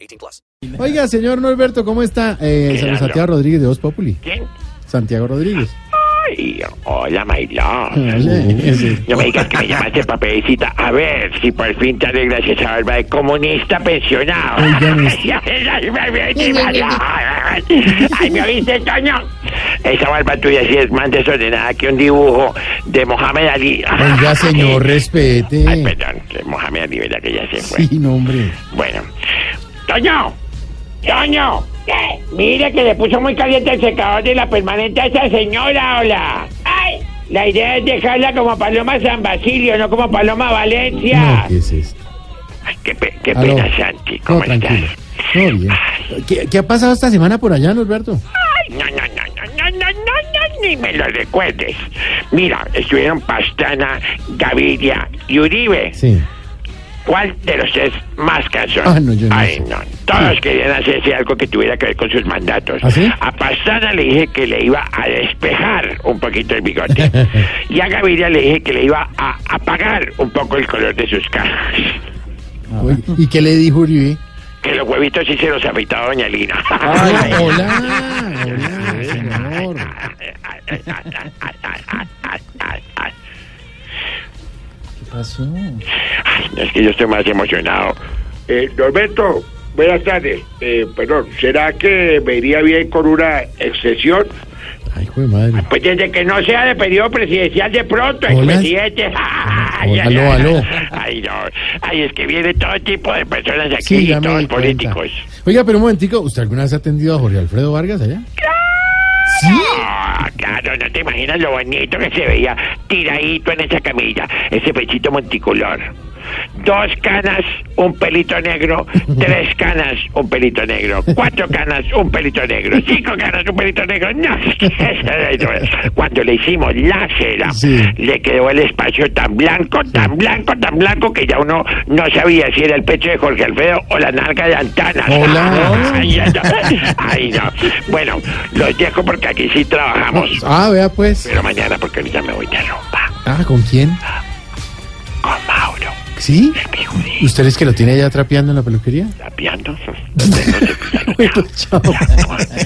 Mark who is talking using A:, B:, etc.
A: 18 plus.
B: Oiga, señor Norberto, ¿cómo está? Eh,
C: ¿Qué
B: saludos,
C: habla?
B: Santiago Rodríguez de Voz Populi.
C: ¿Quién?
B: Santiago Rodríguez.
C: Ay, hola, my love.
B: Ese- ese.
C: No me digas que me llamaste pa' pedircita. A ver si por fin te alegras de saberme de comunista pensionado.
B: Ay, ya me-
C: Ay, ¿me oíste, Toño? Esa barba tuya sí es más desordenada que un dibujo de Mohamed Ali.
B: Oiga, señor,
C: Ay,
B: respete.
C: perdón, que Mohamed Ali, ¿verdad que ya se fue?
B: Sí, no, hombre.
C: Bueno. Toño, Toño, ¿Qué? mire que le puso muy caliente el secador de la permanente a esa señora, hola. Ay, la idea es dejarla como Paloma San Basilio, no como Paloma Valencia.
B: No, ¿qué es esto?
C: Ay, qué, pe- qué
B: Aló.
C: pena, Santi,
B: No,
C: ¿cómo estás?
B: tranquilo. Todo bien. ¿Qué, qué ha pasado esta semana por allá, Norberto?
C: Ay, no, no, no, no, no, no, no, no, ni me lo recuerdes. Mira, estuvieron Pastana, Gaviria y Uribe.
B: Sí.
C: ¿Cuál de los tres más cansón?
B: Ah, no, yo no
C: Ay,
B: sé.
C: no. Todos querían hacerse algo que tuviera que ver con sus mandatos.
B: ¿Ah, sí?
C: A Pastana le dije que le iba a despejar un poquito el bigote. y a Gaviria le dije que le iba a apagar un poco el color de sus caras. Ah.
B: Oye, ¿Y qué le dijo Uribe?
C: Que los huevitos sí se los afeitaba Doña Lina.
B: Hola, hola, señor. ¿Qué pasó?
C: Ay, es que yo estoy más emocionado.
D: Eh, Norberto, buenas tardes. Eh, perdón, ¿será que me iría bien con una excesión?
B: Ay, hijo de madre.
C: Pues desde que no sea de periodo presidencial de pronto,
B: Hola.
C: expresidente. Ay, ay,
B: aló,
C: ay.
B: aló.
C: Ay, no. Ay, es que viene todo tipo de personas aquí
B: Sí,
C: y
B: ya me
C: todos
B: di cuenta.
C: políticos.
B: Oiga, pero un momentico, ¿usted alguna vez ha atendido a Jorge Alfredo Vargas allá? ¡Sí!
C: Ah, claro, no te imaginas lo bonito que se veía tiradito en esa camilla, ese pechito monticular. Dos canas, un pelito negro, tres canas, un pelito negro, cuatro canas, un pelito negro, cinco canas, un pelito negro. No, cuando le hicimos la cera,
B: Sí.
C: le quedó el espacio tan blanco, tan blanco, tan blanco que ya uno no sabía si era el pecho de Jorge Alfredo o la narca de Antana.
B: Hola.
C: Ay, ay, ay. Ay, no. Bueno, los dejo porque aquí sí trabajamos.
B: Ah, vea pues.
C: Pero mañana, porque ahorita me voy de ropa
B: Ah, ¿con quién?
C: con Mauro.
B: ¿Sí?
C: Mi judío,
B: ¿Usted es que lo tiene allá trapeando en la peluquería?
C: ¿Tapeando?
B: Bueno, Pues, chao.
C: Tapeando.